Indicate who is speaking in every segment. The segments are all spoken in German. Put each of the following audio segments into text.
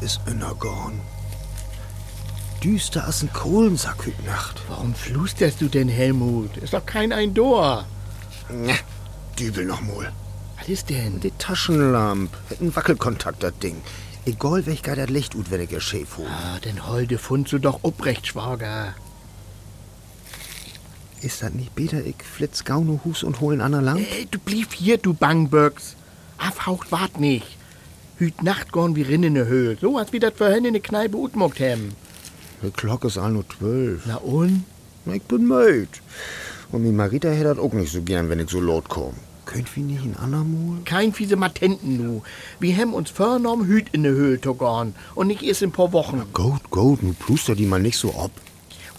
Speaker 1: is ënner gorn. Düster as ein Kohlensack hüt Nacht.
Speaker 2: Warum flusterst du denn, Helmut? Ist doch kein Eindor.
Speaker 1: Ne, dübel noch mal.
Speaker 2: Was ist denn?
Speaker 1: Die Taschenlamp. Hätten Wackelkontakt, das Ding. Egal, welch gar das Licht ut, wenn ich es schäf hol.
Speaker 2: Ah, denn holde Fund so doch obrecht, Schwager.
Speaker 1: Ist das nicht beter, ich flitz gaune Hus und holen ander Lamp?
Speaker 2: Ey, du blieb hier, du Bangböcks. Afhaucht wart nicht. Hüt Nacht gorn wie rinnene Höhe. So als wie dat vorhin in de Kneipe utmockt hem.
Speaker 1: Die Glock is all nur zwölf.
Speaker 2: Na und?
Speaker 1: Ich bin müd. Und die Marita hätt das auch nicht so gern, wenn ich so laut komm. Könnt wir nicht ein ander Mal?
Speaker 2: Kein fiese Matenten nu. Wir hem uns vornommen, Hüt in de Höhe to gorn. Und nicht erst in paar Wochen.
Speaker 1: Gut, gut, nun pluster die mal nicht so ab.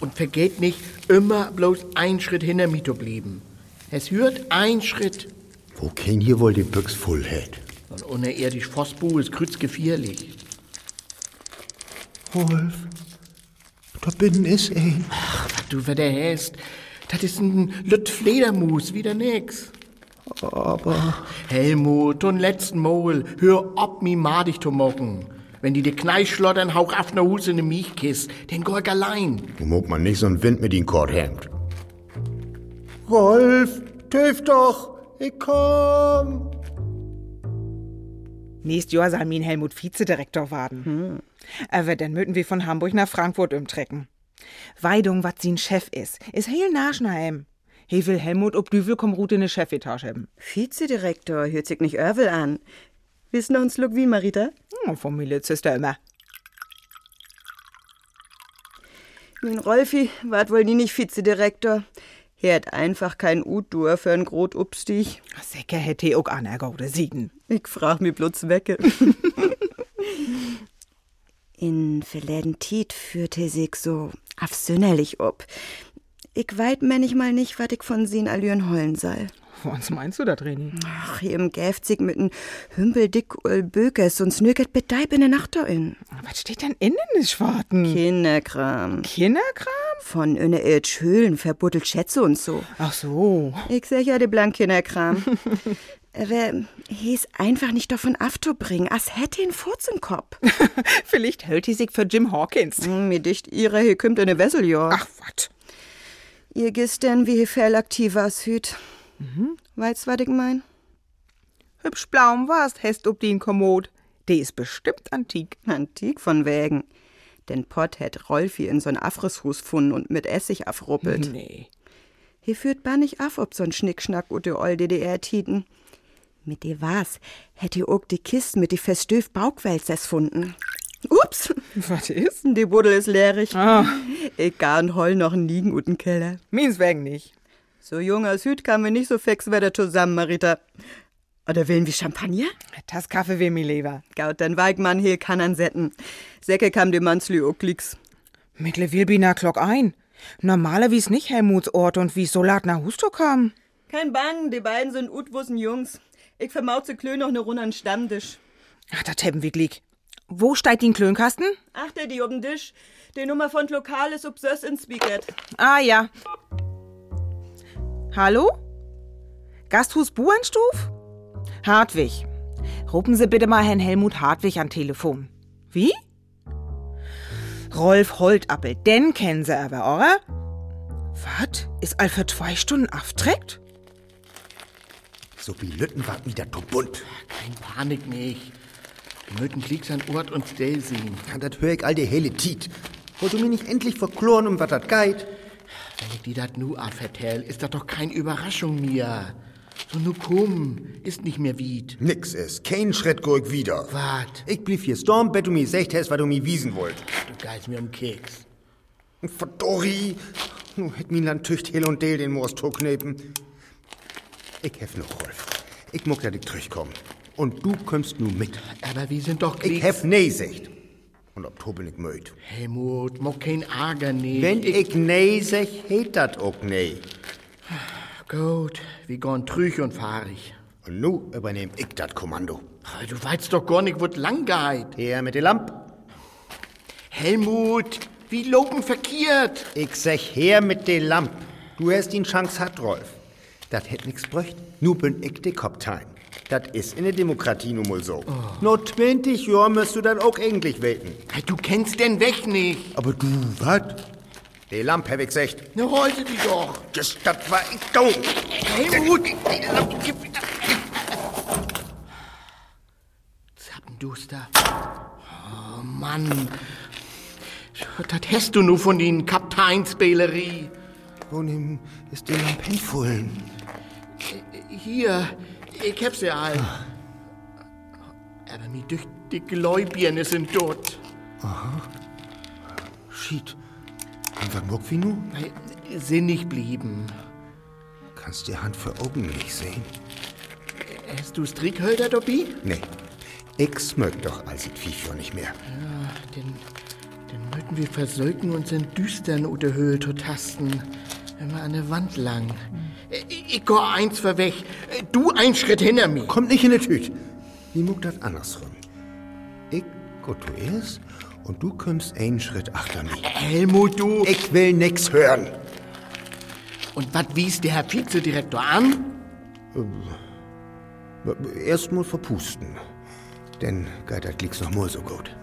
Speaker 2: Und vergeht nicht, immer bloß ein Schritt hinter mir zu blieben. Es hört ein Schritt.
Speaker 1: Wo kein hier wohl die Büchs voll hätt?
Speaker 2: Und ohne er die Vossbu ist krütz gefährlich.
Speaker 1: Wolf, da bin is ein.
Speaker 2: Ach, du, wer der heißt. Das ist ein Lütt Fledermus, wieder nix.
Speaker 1: Aber
Speaker 2: Helmut, und letzten Mal, hör ob mi madig zu mocken. Wenn die de Kneisch schlottern, hauch auf ne Hus in de Miechkist, den Gorg allein.
Speaker 1: du mogt man nicht so einen Wind mit den Kord hemmt. Wolf, töf doch, ich komm.
Speaker 3: Nächst Jahr soll mein Helmut Vizedirektor werden. Aber dann müssen wir von Hamburg nach Frankfurt umtrecken. Weidung, wat sin Chef is, is heel Naschenheim. He will Helmut ob Düvel komm Route ne Chefetage haben.
Speaker 4: Vizedirektor hört sich nicht Örvel an. Wissen uns Look wie, Marita?
Speaker 3: Hm, Familie Zister immer.
Speaker 4: Mein Rolfi wart wohl nie nicht Vizedirektor. Er hat einfach kein Udur für ein Grot Upstich.
Speaker 3: "Ah, Säcke hätte auch anergaude Siegen.
Speaker 4: Ich frag mich bloß wecke. In verläden Tiet führte sich so afsünderlich ob. Ich weit männig mal nicht, wat ich von sin Allüren hollen soll.
Speaker 3: Was meinst du da drin?
Speaker 4: Ach, hier im Gäfzig mit'n Hümpeldick ul Bökes und snögert bedeib in der Nacht da in.
Speaker 3: Was steht denn innen des Schwarten?
Speaker 4: Kinderkram.
Speaker 3: Kinderkram?
Speaker 4: Von öne Ilch Höhlen verbuddelt Schätze und so.
Speaker 3: Ach so.
Speaker 4: Ich sag ja, die Blankinderkram. Aber hieß einfach nicht davon abzubringen, als hätte ihn Furz im Kopf.
Speaker 3: Vielleicht hält die sich für Jim Hawkins.
Speaker 4: Hm, Mir dicht ihre, hier kommt eine Wesseljor.
Speaker 3: Ach, wat?
Speaker 4: Ihr gestern, wie viel aktiver als Hüt. Weißt was ich mein?
Speaker 3: Hübsch blaum warst, hast ob den Kommod. Die ist bestimmt antik.
Speaker 4: Antik von wegen. Den Pott hätt Rolfi in so'n Afrisshus funden und mit Essig afruppelt.
Speaker 3: Nee.
Speaker 4: Hier führt bar nicht af, ob so'n Schnickschnack und de ol DDR-Titen. Mit de was? Hätt ihr ook die Kist mit die verstöf Bauchwälzers funden. Ups!
Speaker 3: Was ist?
Speaker 4: Die Buddel ist leerig.
Speaker 3: Ah,
Speaker 4: Egal, ein Heul noch ein Liegen und ein Keller.
Speaker 3: meins wegen nicht.
Speaker 4: So jung als Hüt kamen wir nicht so fix wieder zusammen, Marita. Oder willen wir Champagner?
Speaker 3: Das Kaffee will mir lieber.
Speaker 4: Gaut, dann Weigmann hier kann an Setten. Säcke kam dem Mansli Oklicks.
Speaker 3: Mittlerweile bin ich Glock ein. Normalerweise nicht Helmuts Ort und wie so lat nach Husto kam.
Speaker 4: Kein Bang, die beiden sind utwussen Jungs. Ich vermauze Klö noch ne Runde an Stammtisch.
Speaker 3: Ach, Ah, das hätten wir glick. Wo steigt den Klönkasten?
Speaker 4: Achte die ob'n Tisch. Die Nummer von Lokal ist obsös ins Spiegel.
Speaker 3: Ah, ja. Hallo? Gasthus Buhrenstuf? Hartwig. Rufen Sie bitte mal Herrn Helmut Hartwig an Telefon. Wie? Rolf Holtappel, den kennen Sie aber, oder? Was? Ist all für zwei Stunden afträgt?
Speaker 1: So wie Lütten wart wieder to bunt.
Speaker 2: Kein Panik nicht. Die Möten klicks an Ort und Stell sehen.
Speaker 1: Ja, dat hör ich all die helle Tiet. Wollt du mir nicht endlich verkloren, um wat dat geit?
Speaker 2: Wenn ich dir dat nu art vertell, ist das doch keine Überraschung mir. So nu komm, ist nicht mehr wied.
Speaker 1: Nix is, kein Schritt go ich wieder.
Speaker 2: Wart,
Speaker 1: Ich blieb hier Storm, bet du mir secht hast, was du mir wiesen wollt.
Speaker 2: du geilst mir um Keks.
Speaker 1: Verdorri! Nu hätt mir Land tücht Hill und Deel den Moors kneten. Ich hef noch Rolf. Ich muck da dick durchkommen. Und du kommst nu mit.
Speaker 2: Aber wir sind doch
Speaker 1: Ich
Speaker 2: Keks.
Speaker 1: hef nee secht. Und ob Tobel nicht mögt.
Speaker 2: Helmut, mock kein Ärger nicht.
Speaker 1: Wenn ich nee sech, heet dat ook nee.
Speaker 2: Gut, wir gorn trüch und fahrig.
Speaker 1: Und nu übernehm ich dat Kommando.
Speaker 2: Aber Du weißt doch gar nicht, wo lang geht.
Speaker 1: Her mit der Lamp.
Speaker 2: Helmut, wie lopen verkehrt.
Speaker 1: Ich sech her mit der Lamp. Du hast ihn Chance hat, Rolf. Dat hätt nix bröcht. Nu bin ich de Kopf Das ist in der Demokratie nun mal so. Oh. Nur 20 Jahre müsst du dann auch eigentlich wählen.
Speaker 2: Hey, du kennst den Weg nicht.
Speaker 1: Aber du, was? Die Lampe hab ich gesagt.
Speaker 2: Na, holte dich doch.
Speaker 1: Das, das war ich dumm.
Speaker 2: Helmut! Zappenduster. Oh Mann. Das hast du nur von den Kapteinsbälerie.
Speaker 1: Wohin ist die Lampe hinvollen?
Speaker 2: Hier, ich hab's ja all. Aber mir durch die Gläubirne sind dort.
Speaker 1: Schied. Und was muck wie nu?
Speaker 2: Sinnig blieben.
Speaker 1: Kannst die Hand für Augen nicht sehen?
Speaker 2: Hast du Strickhölder, Dobby?
Speaker 1: Nee. Ich smög doch als ich Viecher nicht mehr.
Speaker 2: Denn, dann möchten wir versäugen uns in düstern oder Höhe zu tasten. Immer an der Wand lang.
Speaker 1: Hm.
Speaker 2: Äh, Ich geh eins vorweg. Äh, Du ein Schritt hinter mir.
Speaker 1: Kommt nicht in die Tüte. Wie muck das andersrum? Ich gut du erst und du kommst einen Schritt achter mich.
Speaker 2: Helmut, du.
Speaker 1: Ich will nix hören.
Speaker 2: Und was wies der Herr Vizedirektor an?
Speaker 1: Erst mal verpusten. Denn geht das Glicks noch mal so gut.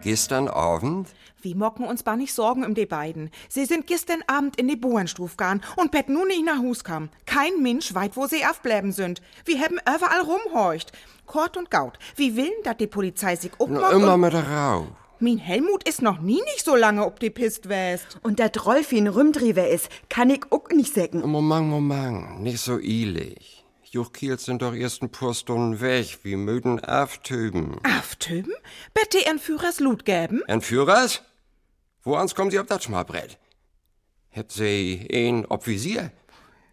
Speaker 5: Gestern Abend?
Speaker 3: Wie mocken uns bar nicht Sorgen um die beiden. Sie sind gestern Abend in die Bohrenstuf gegangen und pet nun nicht nach Hus kam. Kein Mensch weit, wo sie aufbleiben sind. Wir haben überall rumhorcht. Kort und Gaut. Wie willen, dat die Polizei sich
Speaker 5: Nur
Speaker 3: ummacht
Speaker 5: immer
Speaker 3: und...
Speaker 5: mit der Rau.
Speaker 3: Mein Helmut ist noch nie nicht so lange ob die Pist west.
Speaker 4: Und dat Rolf wie ein Rümdriewer ist, kann ich auch nicht säcken.
Speaker 5: Moment, Moment, nicht so eilig. Juchkiels sind doch erst ein paar Stunden weg, wie müden Aftöben.
Speaker 3: Aftöben? Bet die Entführers Lut gäben?
Speaker 5: Entführers? Wo ans kommen Sie auf das Schmalbrett? Hebt Sie ihn ob Visier?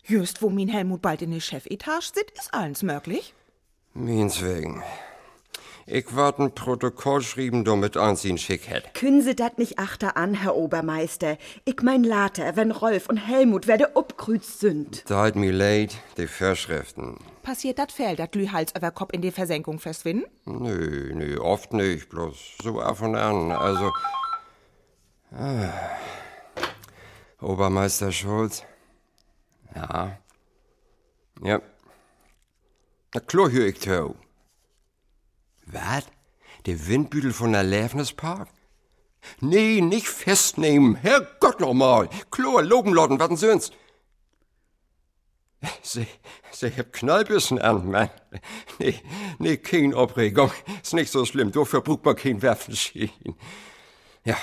Speaker 3: Just wo mein Helmut bald in die Chefetage sit, ist allens möglich.
Speaker 5: Miens wegen. Ich wart ein Protokoll schrieben, damit eins ihn schick hätt.
Speaker 4: Können Sie dat nicht achter an, Herr Obermeister? Ich mein later, wenn Rolf und Helmut werde obgrüzt sind.
Speaker 5: Da hat mir leid, die Verschriften.
Speaker 3: Passiert dat Fell, dat Lühals über Kopf in die Versenkung verschwinden?
Speaker 5: Nö, nö, oft nicht, bloß so auf und an. Also. Ah. Obermeister Schulz. Ja. Ja. Na klar hör ich to. Was? Der Windbüdel von der Läfnispark? Nee, nicht festnehmen. Herrgott nochmal. Klar, loben lotten, was denn sonst? Sie, sie hab Knallbissen an, Mann. Nee, nee, keine Aufregung. Ist nicht so schlimm. Dafür braucht man keinen Waffenschien. Ja.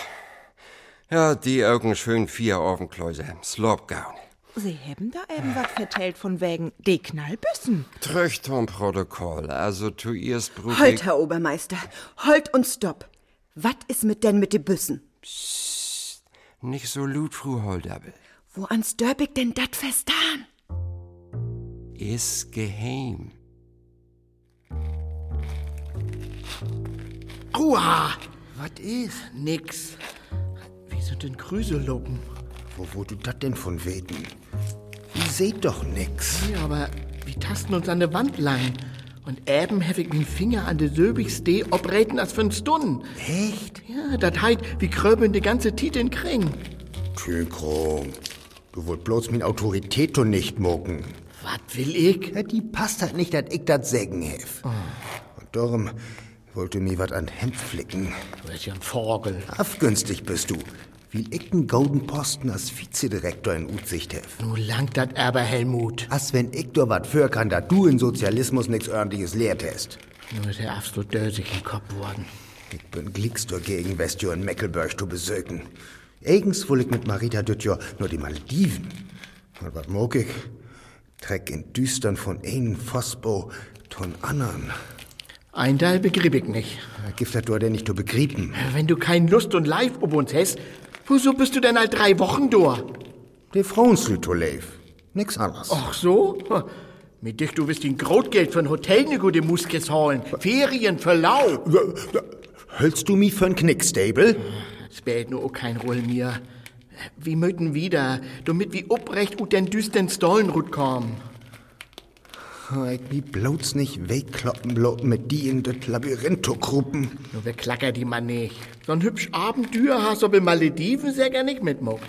Speaker 5: Ja, die Augen schön vier Ofenkläuse. Slopgown.
Speaker 3: Sie haben da eben wat vertellt von wegen die Knallbüssen.
Speaker 5: Tröchtonprotokoll. Also, tu erst brauch
Speaker 4: Halt,
Speaker 5: ich-
Speaker 4: Herr Obermeister, halt und stopp. Was ist mit denn mit de Büssen?
Speaker 5: Nicht so laut, Frau Holdabel.
Speaker 4: Wo ans dörp ich denn dat festan?
Speaker 5: Ist geheim.
Speaker 2: Aua!
Speaker 1: Was ist?
Speaker 2: Nix. Wie sind denn Krüseluppen?
Speaker 1: Wo, wo du das denn von weten? Ihr seht doch nix.
Speaker 2: Ja, aber wir tasten uns an der Wand lang. Und eben hef ich den Finger an der Söbigste obreten als fünf Stunden.
Speaker 1: Echt?
Speaker 2: Ja, das heit, wie kröbeln die ganze Tiet in Kring.
Speaker 1: Tünkrom, du wollt bloß min Autorität und nicht mucken.
Speaker 2: Was will ich?
Speaker 1: Ja, die passt halt nicht, dass ich das sägen hef. Und darum wollte mir wat an Hemd flicken.
Speaker 2: Du bist ja ein Vogel.
Speaker 1: Afgünstig bist du. Will ich den Golden Posten als Vizedirektor in Utsicht hef.
Speaker 2: Nun langt das aber, Helmut.
Speaker 1: As wenn ich dir wat für kann, da du in Sozialismus nix ordentliches lehrt hast.
Speaker 2: Nur ist er absolut dösig im Kopf worden.
Speaker 1: Ich bin glicks durch gegen Westjö in Mecklenburg zu besöken. Eigens will ich mit Marita Dütjö nur die Malediven. Und wat mog ich? Treck in Düstern von einen Fosbo ton andern.
Speaker 2: Ein Teil begriff ich nicht.
Speaker 1: Gift hat du denn nicht zu begrieben.
Speaker 2: Wenn du keine Lust und Leif ob uns hast, wieso bist du denn halt drei Wochen durch?
Speaker 1: Die Frauen sind zu leif. Nix anderes.
Speaker 2: Ach so? Ha, Mit dich, du wirst den Grotgeld von Hotel ne gute Muskes holen. Ferien für Lau.
Speaker 1: Hölst du mich für'n Knickstable?
Speaker 2: Spät nur auch kein Roll mir. Wie möten wieder, damit wie obrecht ut den düstern Stollenrut kommen.
Speaker 1: Ich mich bloß nicht wegkloppen, bloß mit die in das Labyrinth zu gruppen.
Speaker 2: Nur wer klackert die man nicht. So ein hübsch Abenteuer hast du bei Malediven sehr gar nicht mitmuckt.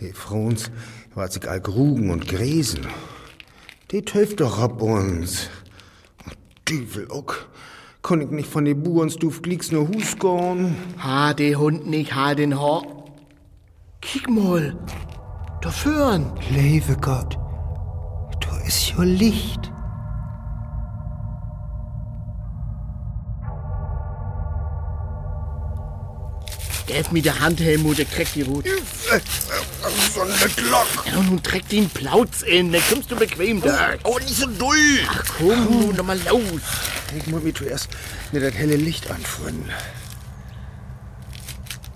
Speaker 1: Die Frons war sich all grugen und gräsen. Die töft doch ab uns. Düvel uck. Konn ich nicht von den Buons duf glieks nur Hus gorn.
Speaker 2: Ha de Hund nicht, ha den Ho. Kick mal. Da führen.
Speaker 1: Leve Gott, du ist jo Licht.
Speaker 2: Gib mir der Hand, Helmut, der kriegt die Rut.
Speaker 1: So ne Glock.
Speaker 2: Ja, nun träg den Plauz in, dann kommst du bequem da.
Speaker 1: Oh, nicht so doll.
Speaker 2: Ach komm, nun, noch mal los.
Speaker 1: Ich muss mir zuerst mir das helle Licht anfreunden.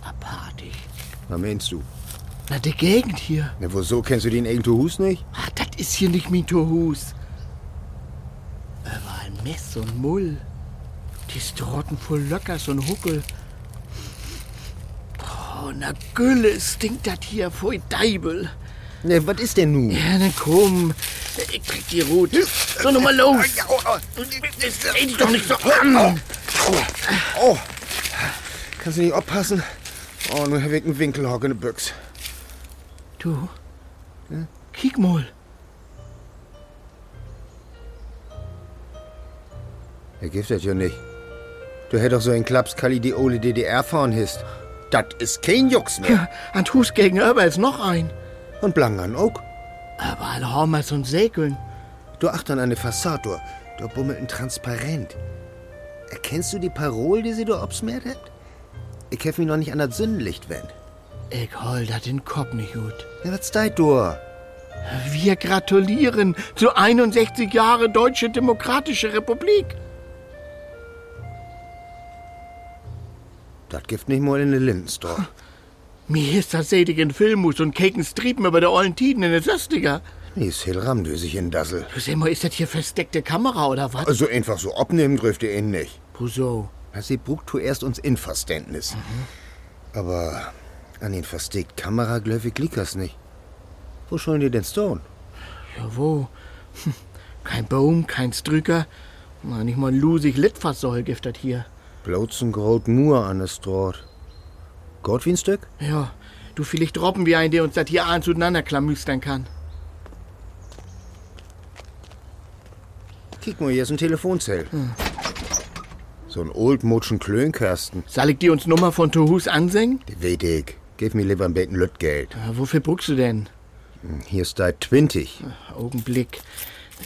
Speaker 2: Apartig.
Speaker 1: Was meinst du?
Speaker 2: Na, die Gegend hier.
Speaker 1: Na, wieso kennst du den irgendwo Hus nicht?
Speaker 2: Ach, Ah, das ist hier nicht mein Torhus. Er war ein Mess und Mull. Die Strotten voll Löckers und Huckel. Oh, na Gülle, stinkt das hier voll Deibel.
Speaker 1: Ne, was ist denn nun?
Speaker 2: Ja, na komm. Ich krieg die Rot. So, noch mal los. Dreh dich doch nicht so an.
Speaker 1: Oh, kannst du nicht abpassen? Oh, nur hab ich einen Winkelhock in der Büchse.
Speaker 2: Du, kick mal.
Speaker 1: Er gibt das ja nicht. Du hätt doch so einen Klaps Kali die ole DDR fahren hist. Dat ist kein Jux mehr.
Speaker 2: Ja, an Hus gegen Ober ist noch ein.
Speaker 1: Und Blangan auch.
Speaker 2: Aber alle Hormers und Säkeln.
Speaker 1: Du acht an eine Fassadur. Du bummelt ein Transparent. Erkennst du die Parole, die sie du obsmert hat? Ich hef mich noch nicht an das Sündenlicht wend.
Speaker 2: Ich hol dat den Kopf nicht gut.
Speaker 1: Ja, was deit du?
Speaker 2: Wir gratulieren zu 61 Jahre Deutsche Demokratische Republik.
Speaker 1: Dat gibt nicht mal in den
Speaker 2: Hm.
Speaker 1: Lindenstor.
Speaker 2: Mir ist das sedigen Filmus und keken Striepen über der ollen Tiden in der Söstiger.
Speaker 1: Nee, ist Hillram, du sich in Dassel.
Speaker 2: Du sag mal, ist das hier versteckte Kamera oder was?
Speaker 1: Also einfach so abnehmen dürft ihr ihn nicht.
Speaker 2: Wieso?
Speaker 1: Also sie brucht zuerst uns Inverständnis. Aber an den versteckt Kamera glöwig liegt das nicht. Wo schauen die denn Stone?
Speaker 2: Ja, wo? Hm, Kein Baum, kein Strücker. Na, nicht mal ein lusig Litfaßsäul gibt das hier.
Speaker 1: Blotzen graut Mur an es dort. Gott wie ein Stück?
Speaker 2: Ja, du vielleicht droppen wir einen, der uns das hier an zueinander klamüstern kann.
Speaker 1: Kick mal, hier ist ein Telefonzell. So ein oldmutschen Klönkasten.
Speaker 2: Soll ich dir uns Nummer von Tohus ansingen?
Speaker 1: Die weet ich. Gib mir lieber ein Betten Lüttgeld.
Speaker 2: Ja, wofür bruckst du denn?
Speaker 1: Hier ist da 20.
Speaker 2: Augenblick.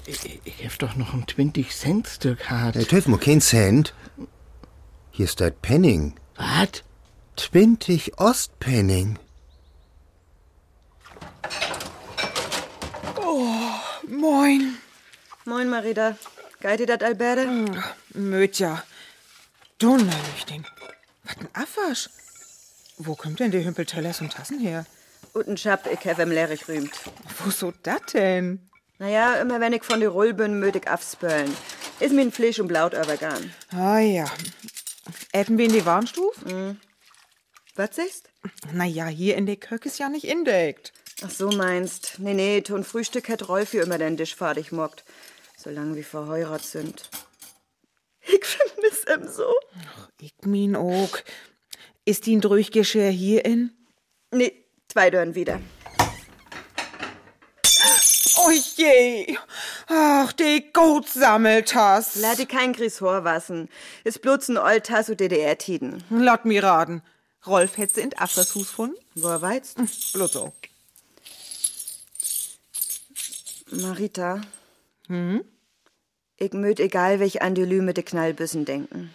Speaker 2: Ich, ich hab doch noch ein 20-Cent-Stück hart.
Speaker 1: Hey, Töff, mo kein Cent. Hier ist da Penning.
Speaker 2: Was?
Speaker 1: 20 Ostpenning.
Speaker 3: Moin.
Speaker 4: Moin, Marita. Geit ihr dat, Alberte?
Speaker 3: Mötja. Donnerlich den. Was ein Affasch. Wo kommt denn der Hümpel Tellers und Tassen her?
Speaker 4: Guten Schab, ich hab im Lehrich rühmt.
Speaker 3: Wieso dat denn?
Speaker 4: Naja, immer wenn ich von der Rull bin, möt ich afspölen. Ist mir ein Fleisch und Blaut übergangen.
Speaker 3: Ah ja. Äten wir in die Warnstuf?
Speaker 4: Was sagst?
Speaker 3: Naja, hier in der Köck ist ja nicht indeckt.
Speaker 4: Ach so meinst. Nee, nee, ton Frühstück hat Rolf hier immer den Tisch fertig mockt. Solange wir verheurat sind. Ich vermiss ihm so.
Speaker 3: Ich mein auch. Ist die ein Drüchgeschirr hier in?
Speaker 4: Nee, zwei Dörren wieder.
Speaker 3: Oh je. Ach, die Goat sammelt hast.
Speaker 4: Lade kein Gris horwassen. Ist bloß ein old Tasso DDR-Tiden.
Speaker 3: Lass mir raten. Rolf hätte sie in Afras Hus gefunden?
Speaker 4: Woher weißt?
Speaker 3: Bloß so.
Speaker 4: Marita. Hm? Ich möt egal, welch an die Lü mit de Knallbüssen denken.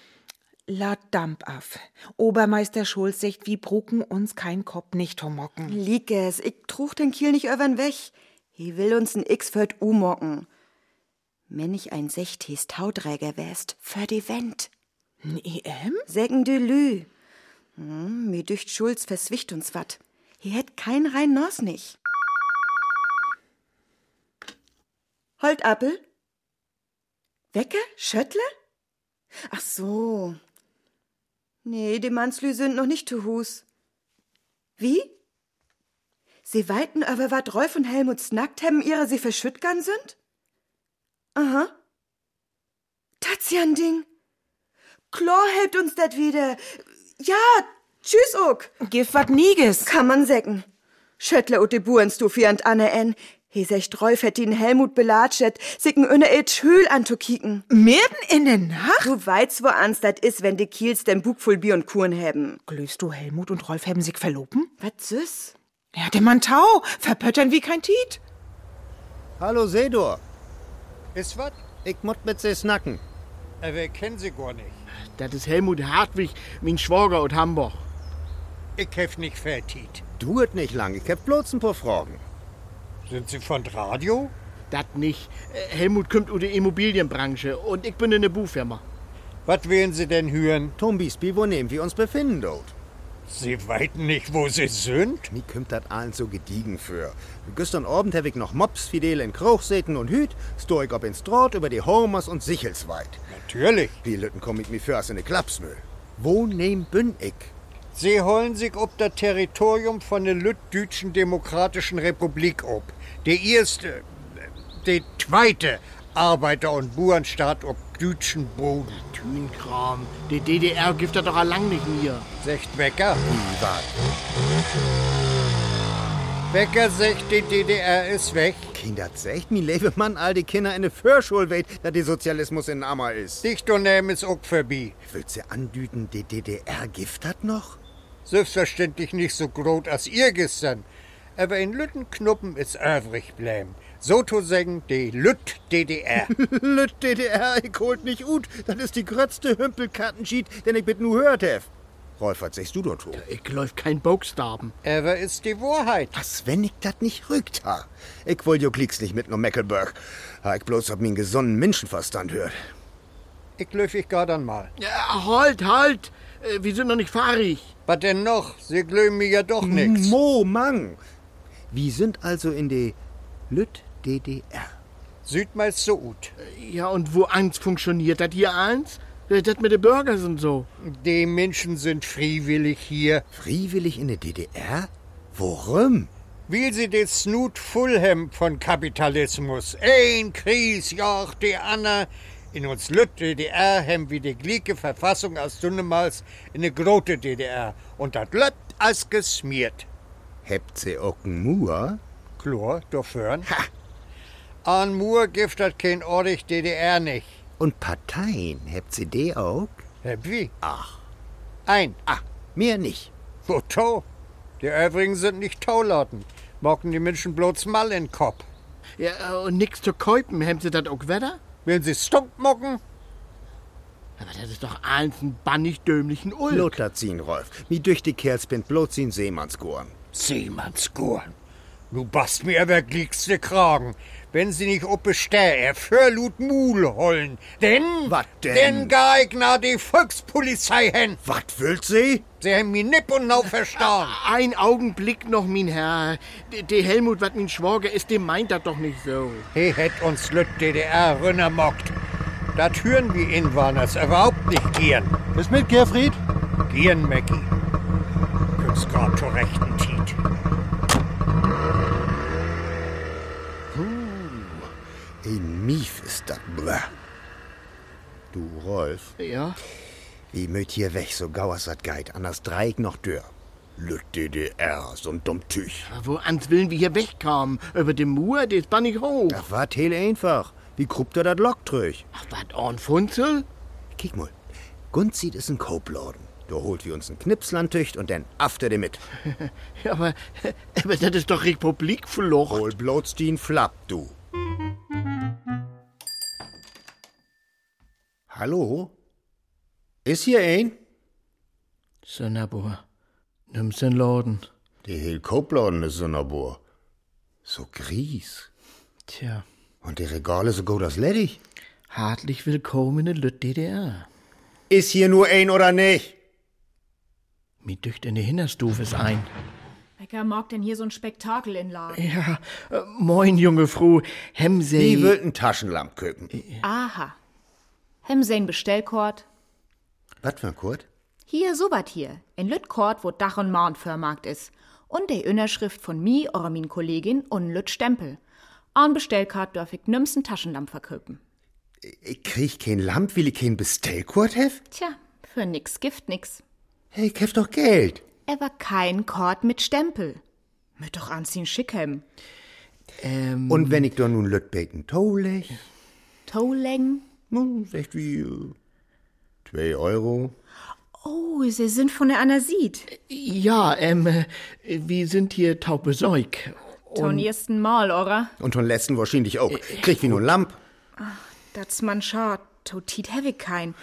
Speaker 3: La Damp af. Obermeister Schulz sagt, wie brucken uns kein Kopf nicht homocken.
Speaker 4: Lieg es, ich truch den Kiel nicht öwern weg. He will uns n X fört umocken. Wenn ich ein sechtes Tauträger wärst, für die Wend.
Speaker 3: N E EM?
Speaker 4: Sägen de Lü. Hm, mir dücht Schulz verswicht uns wat. He hätt kein rein Nos nicht. Holt Appel? Wecker? Schöttle? Ach so. Nee, die Mannslü sind noch nicht zu Hus. Wie? Sie weiten aber wat Rolf und Helmut snackt haben, ihre sie verschüttgern sind? Aha. Tat's ja ein Ding. Chlor hält uns dat wieder. Ja, tschüss, Uck.
Speaker 3: Gif wat Niges.
Speaker 4: Kann man säcken. Schöttler ut de Burenstufi und Anne N. Hesech Dreuf hätt ihn Helmut belatschet, sicken önne etsch Höhl anzukicken.
Speaker 3: Mitten in der Nacht?
Speaker 4: Du weißt, wo ans dat is, wenn de Kiels den Bug voll Bier und Kuren haben.
Speaker 3: Glöst du Helmut und Rolf haben sich verloben?
Speaker 4: Was süß?
Speaker 3: Ja, der Mantau, verpöttern wie kein Tiet.
Speaker 1: Hallo Sedor. Ist wat? Ich mut mit se snacken. Äh, wir kennen sie gar nicht.
Speaker 2: Das ist Helmut Hartwig, mein Schwager aus Hamburg.
Speaker 6: Ich hef nicht vertiet.
Speaker 1: Du het nicht lang, ich hab bloß ein paar Fragen.
Speaker 6: Sind Sie von Radio?
Speaker 2: Das nicht. Äh, Helmut kommt aus der Immobilienbranche und ich bin in der Buchfirma.
Speaker 6: Was wählen Sie denn hören?
Speaker 1: Tom Biesby, wo nehmen wir uns befinden dort?
Speaker 6: Sie weiten nicht, wo Sie sind?
Speaker 1: Mir kümmt das allen so gediegen für. Gestern Abend hab ich noch Mops, Fidel in Krochsäten und Hüt, Stoik ob ins Draht über die Homers und Sichelsweit.
Speaker 6: Natürlich.
Speaker 1: Die Lütten komm ich mir für als in die Klapsmüll. Wo nehm bin ich?
Speaker 6: Sie holen sich ob das Territorium von der Lüttdütschen Demokratischen Republik ob. Der erste, äh, der zweite Arbeiter- und Burenstaat ob Dütschen Boden.
Speaker 2: Tünkram. Die DDR gibt das doch allang nicht mir.
Speaker 6: Secht Becker. Becker sagt, die DDR ist weg.
Speaker 1: Kinder, echt, mi Lebemann, all die Kinder in der Förschule weht, da der Sozialismus in Ammer ist.
Speaker 6: Dichtonym ist auch vorbei.
Speaker 1: Willst du andüten, die DDR gift hat noch?
Speaker 6: Selbstverständlich nicht so groß als ihr gestern. Aber in Lüttenknuppen ist übrig bleiben. So zu sagen, die Lütt DDR.
Speaker 1: Lüt DDR, ich holt nicht ut, das ist die grötzte Hümpelkartenschied, den ich mit nu hört hef. Rolf, was sagst du dort hoch?
Speaker 2: Ich läuf kein Bogstaben.
Speaker 6: Aber ist die Wahrheit.
Speaker 1: Was, wenn ich dat nicht rückt ha? Ich wollt jo Klicks nicht mit no Meckelberg. Ha, ich bloß ob mir gesonnen Menschenverstand hört.
Speaker 6: Ich löf ich gar dann mal.
Speaker 2: Ja, halt, halt. Äh, Wir sind noch nicht fahrig.
Speaker 6: Was denn noch? Sie glöben mir ja doch nichts.
Speaker 1: Mo, Mang! Wir sind also in de Lüt DDR.
Speaker 6: Südmals so gut.
Speaker 2: Ja, und wo eins funktioniert, das hier eins? Äh, Das mit den Burgers und so.
Speaker 6: Die Menschen sind freiwillig hier.
Speaker 1: Freiwillig in de DDR? Worum?
Speaker 6: Will sie den Snoot Fulham von Kapitalismus. Ein Kriegsjahr, die Anna. In uns Lütt DDR haben wir die gleiche Verfassung als dunnemals in der grote DDR. Und das Lütt als gesmiert.
Speaker 1: Hebt se ocken Mua?
Speaker 6: Chlor, Dorfhörn. An Mur gibt das kein Ordich DDR nicht.
Speaker 1: Und Parteien, hebt se de auch?
Speaker 6: Hä, Wie? Ach. Ein.
Speaker 1: Ah, mir nicht.
Speaker 6: Foto. Die übrigen sind nicht Taulauten. Mocken die Menschen bloß mal in den Kopf.
Speaker 2: Ja, äh, und nix zu käupen, haben sie das auch Wetter?
Speaker 6: Wenn sie stunk mocken,
Speaker 2: Aber das ist doch eins ein bannig dömlichen Ulk.
Speaker 1: Lothar ziehen, Rolf. Mi durch die Kerls bin bloß in Seemannsgorn.
Speaker 6: Seemannsgurn. Nu bast mir aber gliegste Kragen. Wenn sie nicht oppestär, er förlut Mul hollen. Denn,
Speaker 1: Wat denn?
Speaker 6: denn gar ich na die Volkspolizei hen.
Speaker 1: Wat willst sie?
Speaker 6: Sie haben mich nipp und nau verstauen.
Speaker 2: Ein Augenblick noch, mein Herr. D- Der Helmut, was mein Schwager ist, dem meint das doch nicht so.
Speaker 6: He hätt uns Lütt DDR rünnermockt. Dat hören wir Inwaners überhaupt nicht gieren.
Speaker 7: Ist mit, Gerfried?
Speaker 6: Gieren, Mackie. Gibt's grad zur rechten Tiet.
Speaker 1: Ein Mief ist dat, bläh. Du, Rolf,
Speaker 2: Ja?
Speaker 1: i möt hier weg, so gauers dat geit, anders dreig noch dör. Lüt DDR, so'n dumm Tüch.
Speaker 2: Wo ans Willen wir hier wegkamen? Über den Mur, der ist bannig hoch.
Speaker 1: Ach, wat, heel einfach. Wie kruppt er dat Lock durch?
Speaker 2: Ach, was, Orn Funzel?
Speaker 1: Kick mal, Gunzit ist ein Kopladen. Da holt wir uns ein Knipslandtücht und dann after de mit.
Speaker 2: Ja, aber, aber das ist doch Republikflucht.
Speaker 1: Hol bloß den Flapp, du. Hallo? Ist hier ein?
Speaker 2: Sönabur, nimm's den Laden.
Speaker 1: Der Hill Kopladen ist so nabor. So gries.
Speaker 2: Tja,
Speaker 1: Und die Regale so gut als ledig.
Speaker 2: hartlich willkommen in der Lütt DDR.
Speaker 1: Ist hier nur ein oder nicht?
Speaker 2: Mir dücht in der Hinterstufe ist ein.
Speaker 8: Becker mag denn hier so ein Spektakel in Laden.
Speaker 2: Ja, äh, moin, junge Frau. Hemse.
Speaker 1: Die wird ein Taschenlamp köpen.
Speaker 8: Aha. Hemsein Bestellkort.
Speaker 1: Was für ein Kurt?
Speaker 8: Hier so wat hier. In Lüttkort, wo Dach und Mauern vermarkt is. Und de Innerschrift von mi, oder min Kollegin und Lütt Stempel. An Bestellkart dörf ich nimmsen Taschenlamp verköpen.
Speaker 1: Ich krieg kein Lamp, will ich kein Bestellkurt hef?
Speaker 8: Tja, für nix Gift nix.
Speaker 1: Hey, ich hef doch Geld.
Speaker 8: Er war kein Kort mit Stempel. Möcht doch anziehen Schickhem.
Speaker 2: Ähm,
Speaker 1: Und wenn ich da nun lüt beten tolich,
Speaker 8: Tolleng.
Speaker 1: nun, echt wie, äh, zwei Euro.
Speaker 8: Oh, sie sind von der Anasid.
Speaker 2: ja, ähm, äh, wir sind hier taubesäug.
Speaker 8: Ton ersten Mal, oder?
Speaker 1: Und von letzten wahrscheinlich auch. Krieg wie nun Lamp.
Speaker 8: Das man schad. Totit heavy kein.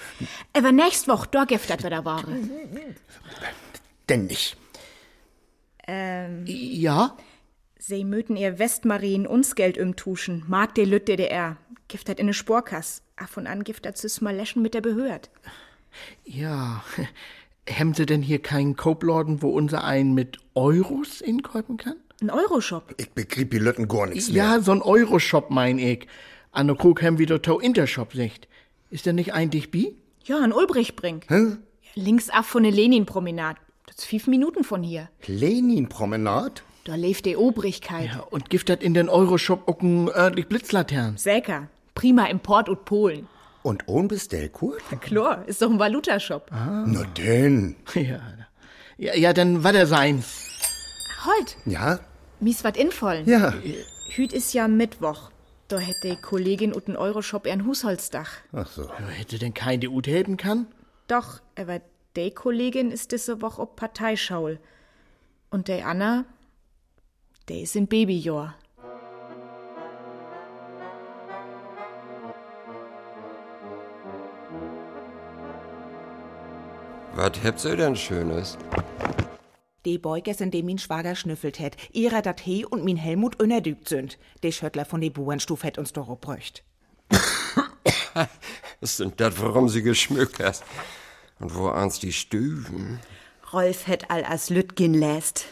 Speaker 8: Aber nächst Woche, da giftet wir da Ware.
Speaker 1: Denn nicht.
Speaker 2: Ja?
Speaker 8: Sie möten ihr Westmarien uns Geld umtuschen. Mag de Lüt DDR. Giftet in ne Sporkas. Af und an giftet süß mal läschen mit der Behörd.
Speaker 2: Ja. Haben Sie denn hier keinen Koblorden, wo unser einen mit Euros inkäufen kann?
Speaker 8: Ein Euroshop.
Speaker 1: Ich begrieb die Lütten gar nichts mehr.
Speaker 2: Ja, so ein Euroshop, mein ich. An der Krug haben wir doch Tau Intershop sicht. Ist der nicht eigentlich bi?
Speaker 8: Ja, ein Ulbricht bringt. Links ab von der Lenin-Promenade. Das ist fünf Minuten von hier.
Speaker 1: Lenin-Promenade?
Speaker 8: Da lebt die Obrigkeit.
Speaker 2: Ja, und gibt das in den Euroshop auch ein örtlich Blitzlaternen?
Speaker 8: Säker. Prima Import und Polen.
Speaker 1: Und unbestellkurt?
Speaker 8: Chlor, ist doch ein Valutashop.
Speaker 1: Na denn.
Speaker 2: Ja. ja. Ja, dann war der sein.
Speaker 8: Holt,
Speaker 1: Ja?
Speaker 8: mies Halt, wat infollen.
Speaker 1: Ja.
Speaker 8: Hüt ist ja Mittwoch. Da hätt die Kollegin und ein Euroshop ihren Husholzdach.
Speaker 1: Ach so.
Speaker 2: Hätte denn kein DU helfen kann?
Speaker 8: Doch, aber die Kollegin ist diese Woche ob Parteischaul. Und der Anna, der ist in Babyjahr.
Speaker 5: Was habt ihr denn Schönes?
Speaker 3: De Beugers, in dem min Schwager schnüffelt hätt, ihrer dat he und min Helmut unerdügt sind. De Schöttler von de Buenstuf hätt uns doch obröcht.
Speaker 5: Was sind das, warum sie geschmückt hast? Und wo ans die Stüven?
Speaker 4: Rolf hätt all as Lüt gehen läst.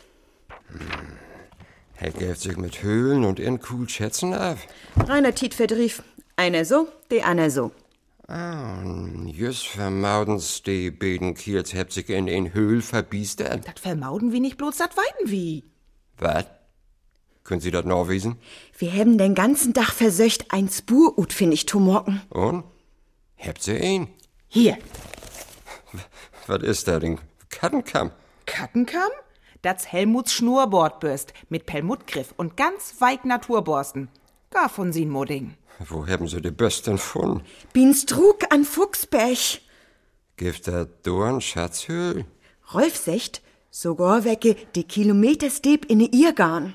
Speaker 5: Er gäft sich mit Höhlen und ihren cool Schätzen ab.
Speaker 4: Rainer Tiet verdrief. Einer so, de Anna so.
Speaker 5: Ah, und jüss vermaudens die beiden Kiels hebt sich in den Höhl verbiestert.
Speaker 3: Dat vermauden wir nicht bloß, dat weiden wie.
Speaker 5: Wat? Können Sie das nachwiesen?
Speaker 4: Wir haben den ganzen Tag versöcht ein Spurut, find ich, Tomorken.
Speaker 5: Und? Hebt sie ihn?
Speaker 3: Hier,
Speaker 5: Was ist da, den Kattenkamm?
Speaker 3: Kattenkamm? Das Helmuts Schnurrbordbürst mit Pelmutgriff und ganz weich Naturborsten. Gar von sin Modding.
Speaker 5: Wo haben sie die Bösten von?
Speaker 4: Bin's Trug an Fuchsbech.
Speaker 5: Gibt da Dorn Schatzhöhl?
Speaker 4: Rolf secht, sogar wecke die Kilometersteb in de Irgarn.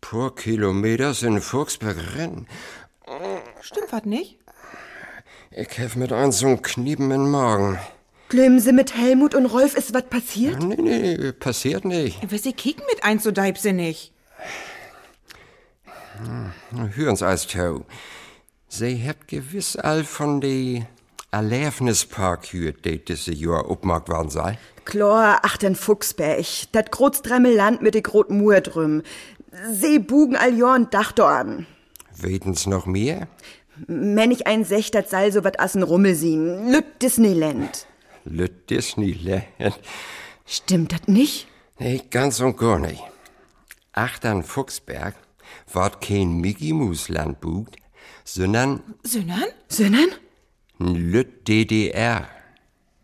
Speaker 5: Pur Kilometer sind Fuchsberg rennen.
Speaker 3: Stimmt wat nicht?
Speaker 5: Ich hef mit eins so Knieben im Magen.
Speaker 4: Glömen Sie mit Helmut und Rolf ist was passiert?
Speaker 5: Nee, nee, passiert nicht.
Speaker 3: Was sie kicken mit eins so deibsinnig?
Speaker 5: Hör uns als Tau. Sie habt gewiss all von de Erlebnispark hier, die diese Jahr obmarkt worden sei.
Speaker 4: Chlor, ach den Fuchsbech, dat Großdremmel Land mit de groten Mur drüm. See bugen all jorn Dachter an.
Speaker 5: Weten's noch mehr?
Speaker 4: Wenn ich ein secht, dat sei so wat assen Rummel sien. Lüb Disneyland.
Speaker 5: Lüt Disneyland.
Speaker 4: Stimmt dat nicht?
Speaker 5: Nee, ganz und gar nicht. Achtern Fuchsberg ward kein Mickey Mouse Land bucht, sondern
Speaker 3: Sünnern?
Speaker 4: Sönnen?
Speaker 5: Lüt DDR.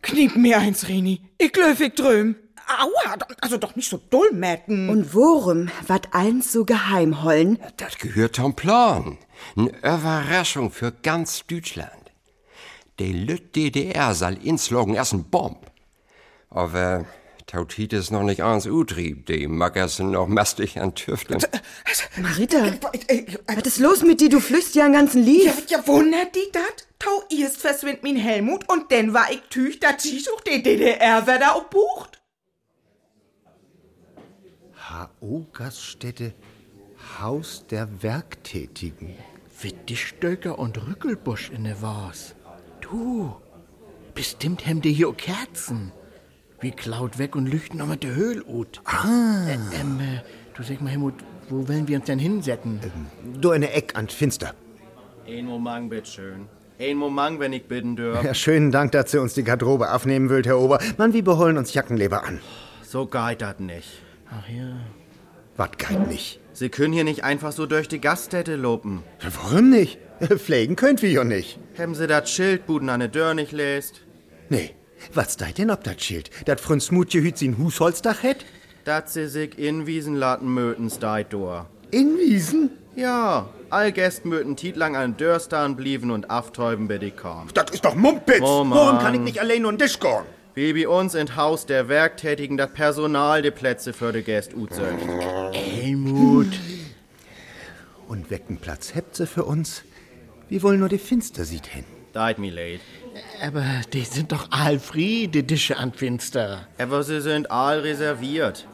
Speaker 3: Knick mir eins, Reni. Ich löfig dröm. Aua, do- also doch nicht so doll, Matten.
Speaker 4: Und worum wat allens so geheim hollen?
Speaker 5: Das gehört zum Plan. Eine Überraschung für ganz Deutschland. Die Lüt DDR soll insloggen erst ein Bomb. Aber Tautit ist noch nicht ans Utrieb. Die Macker sind noch mastig an Tüfteln.
Speaker 4: Marita,
Speaker 3: Äh,
Speaker 4: wat ist los mit dir? Du flüchst ja einen ganzen Lied.
Speaker 3: Ja, ja, wundert dich dat? Tau erst verschwindt min Helmut und denn war ich tüch, dat sie sucht die DDR, wer da auch bucht.
Speaker 1: HO-Gaststätte, Haus der Werktätigen.
Speaker 2: Für Dichstöcker und Rückelbusch in der Wars. Du, bestimmt haben die hier auch Kerzen. Wie klaut weg und lüchten noch mit der Höhlut. Ah. Ä ähm, äh, du sag mal, Helmut, wo wollen wir uns denn hinsetzen?
Speaker 1: Du eine Eck an Finster.
Speaker 9: Ein Moment, bitteschön. Ein Moment, wenn ich bitten dürf.
Speaker 1: Ja, schönen Dank, dass ihr uns die Garderobe aufnehmen wollt, Herr Ober. Mann, wir beholen uns Jackenleber an.
Speaker 9: So geht das nicht.
Speaker 2: Ach ja.
Speaker 1: Wat geht nicht?
Speaker 9: Sie können hier nicht einfach so durch die Gaststätte lopen.
Speaker 1: Warum nicht? Pflegen könnt wir ja nicht.
Speaker 9: Haben Sie das Schild, Buden an der Dörr nicht lest?
Speaker 1: Nee, was deit denn ob dat Schild? Dat Frunz Mutje hüt sin Husholzdach hätt?
Speaker 9: dat sie sich in Wiesenladen mötens deit door.
Speaker 1: In Wiesen?
Speaker 9: Ja, all Gäst möten titlang an Dörstan blieven und aftäuben bei die kam.
Speaker 1: Das ist doch Mumpitz!
Speaker 9: Oh, Mann.
Speaker 1: Warum kann ich nicht allein nur in den Tisch gehen?
Speaker 9: Wie bei uns in Haus der Werktätigen dat Personal de Plätze für de Gäst utzögt.
Speaker 2: Helmut.
Speaker 1: Und wecken Platz hebt sie für uns. Wir wollen nur die Finster sieht hin.
Speaker 9: Deit mi leid.
Speaker 2: Aber Äh, die sind doch allfried, die Dische an Finster.
Speaker 9: Aber sie sind all reserviert.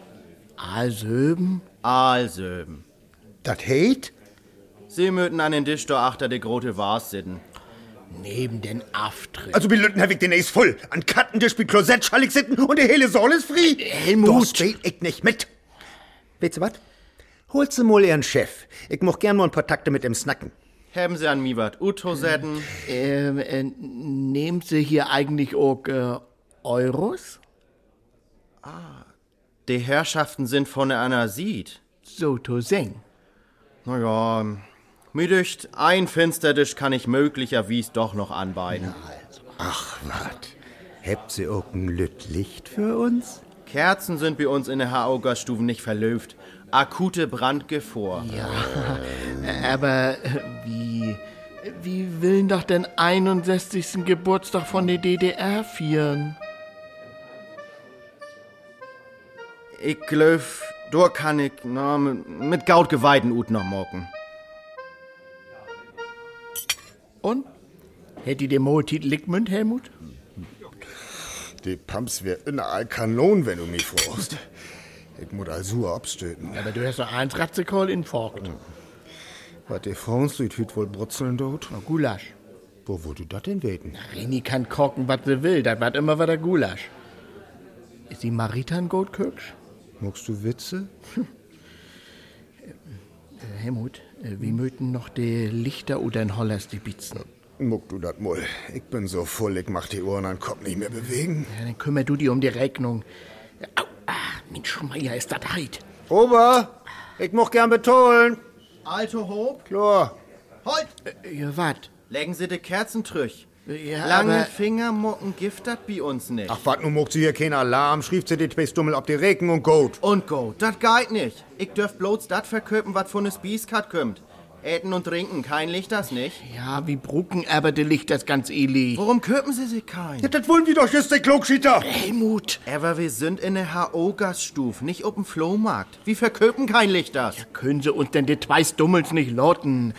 Speaker 2: Alsöben?
Speaker 9: All söben.
Speaker 1: Das Hate?
Speaker 9: Sie möten an den Tisch do achter de grote Wars sitten.
Speaker 2: Neben den Aftritt.
Speaker 10: Also, wie Lütten habe ich den Ace voll. An Kattentisch mit Klosett schallig sitten und die hele Saal ist frei.
Speaker 1: Das
Speaker 2: Helmut!
Speaker 1: steh ich nicht mit. Weißt du was? Holt sie mal ihren Chef. Ich moch gern mal ein paar Takte mit ihm snacken.
Speaker 9: Haben sie an mi wat Uto sitten?
Speaker 2: Ähm, äh, nehmen Sie hier eigentlich auch äh, Euros?
Speaker 9: Die Herrschaften sind von der Anasid.
Speaker 2: So to sing.
Speaker 9: Naja, mir dücht, ein Finstertisch kann ich möglicherwies doch noch anbeiden.
Speaker 1: Wat? Hebt sie auch ein Lütt Licht für uns?
Speaker 9: Kerzen sind bei uns in der HOG-Stufen nicht verlöft. Akute Brandgefahr.
Speaker 2: Aber äh, wie, wie willen doch den 61. Geburtstag von der DDR feiern?
Speaker 9: Ich glöf, dur kann ich, na, mit, mit Gaut geweihten Ut noch morgen.
Speaker 2: Und? Hätte die Motiv Lickmünd, Helmut?
Speaker 10: Die Pumps wär inner all Kanon, wenn du mich fragst. Ich muss also abstöten.
Speaker 2: Aber du hast doch eins Ratzekoll in Forkt.
Speaker 10: Was die Frauenslied hüt wohl brutzeln dort?
Speaker 2: Gulasch.
Speaker 10: Wo wollt du das denn weten?
Speaker 2: Rini kann korken, was sie will. Das war immer wieder Gulasch. Ist die Marita ein Goldkirsch?
Speaker 10: Magst du Witze?
Speaker 2: Äh, Helmut, äh, wir möten noch die Lichter oder in Hollers die Bitzen.
Speaker 10: Muck du das mal. Ich bin so voll, ich mach die Ohren an den Kopf nicht mehr bewegen.
Speaker 2: Ja, dann kümmer du dich um die Rechnung. Au, ah, mein Schmeier ist das heit.
Speaker 10: Ober, ich moch gern betonen.
Speaker 9: Alte Hob,
Speaker 10: Klar.
Speaker 9: holt!
Speaker 2: Äh, Ja, wat?
Speaker 9: Legen Sie de Kerzen trüch.
Speaker 2: Ja,
Speaker 9: Lange
Speaker 2: aber-
Speaker 9: Finger mucken giftet bi uns nicht.
Speaker 10: Ach, wat, nun muckt sie hier keinen Alarm, schrieft sie die Twistdummel ab die Regen und gut.
Speaker 9: Und go, dat geit nicht. Ich dürf bloß dat verköpen, wat von es Bieskat kümmt. Äten und trinken, kein Licht das nicht.
Speaker 2: Ja, wie brucken aber die Lichter das ganz eli.
Speaker 9: Warum köpen Sie sich kein?
Speaker 10: Ja, das wollen die doch jetzt, der Klugschieter.
Speaker 2: Helmut!
Speaker 9: Aber wir sind in der HO-Gaststufe, nicht auf dem Flohmarkt. Wie verköpen kein Licht das?
Speaker 2: Können sie uns denn die Twice Dummels nicht lotten?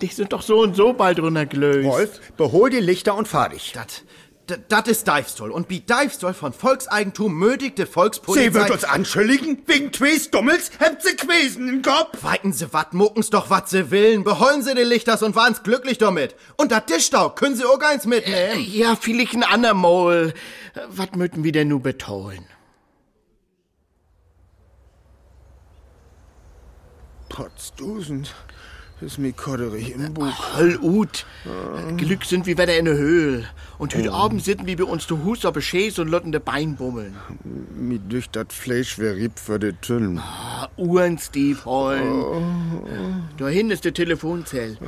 Speaker 2: Die sind doch so und so bald runtergelöst.
Speaker 10: Wolf, behol die Lichter und fahr dich.
Speaker 9: Dat, dat, dat ist Divestoll. Und wie Divestoll von Volkseigentum mögigte Volkspolizei...
Speaker 10: Sie wird uns anschuldigen? Wegen Twistdummels? Habt sie Quesen im Kopf?
Speaker 9: Weiten Sie wat, muckens doch wat Sie willen. Beheulen Sie die Lichters und waren's glücklich damit. Und dat Tischdau können Sie auch eins
Speaker 11: Äh,
Speaker 9: mitnehmen.
Speaker 2: Ja, vielleicht ein andermal. Was möten wir denn nur betonen?
Speaker 10: Potzdusen. Ist mir kodderig
Speaker 2: Äh,
Speaker 10: im Buch.
Speaker 2: Voll ut. Glück sind wir wieder in der Höhle. Und heute Abend sitzen wir bei uns zu Hus auf der Schäse und lotten de Bein bummeln.
Speaker 10: Mir durch das Fleisch wär rieb für die Tüllen.
Speaker 2: Ah. Uhren, Steve Holm. Da hin ist die Telefonzelle.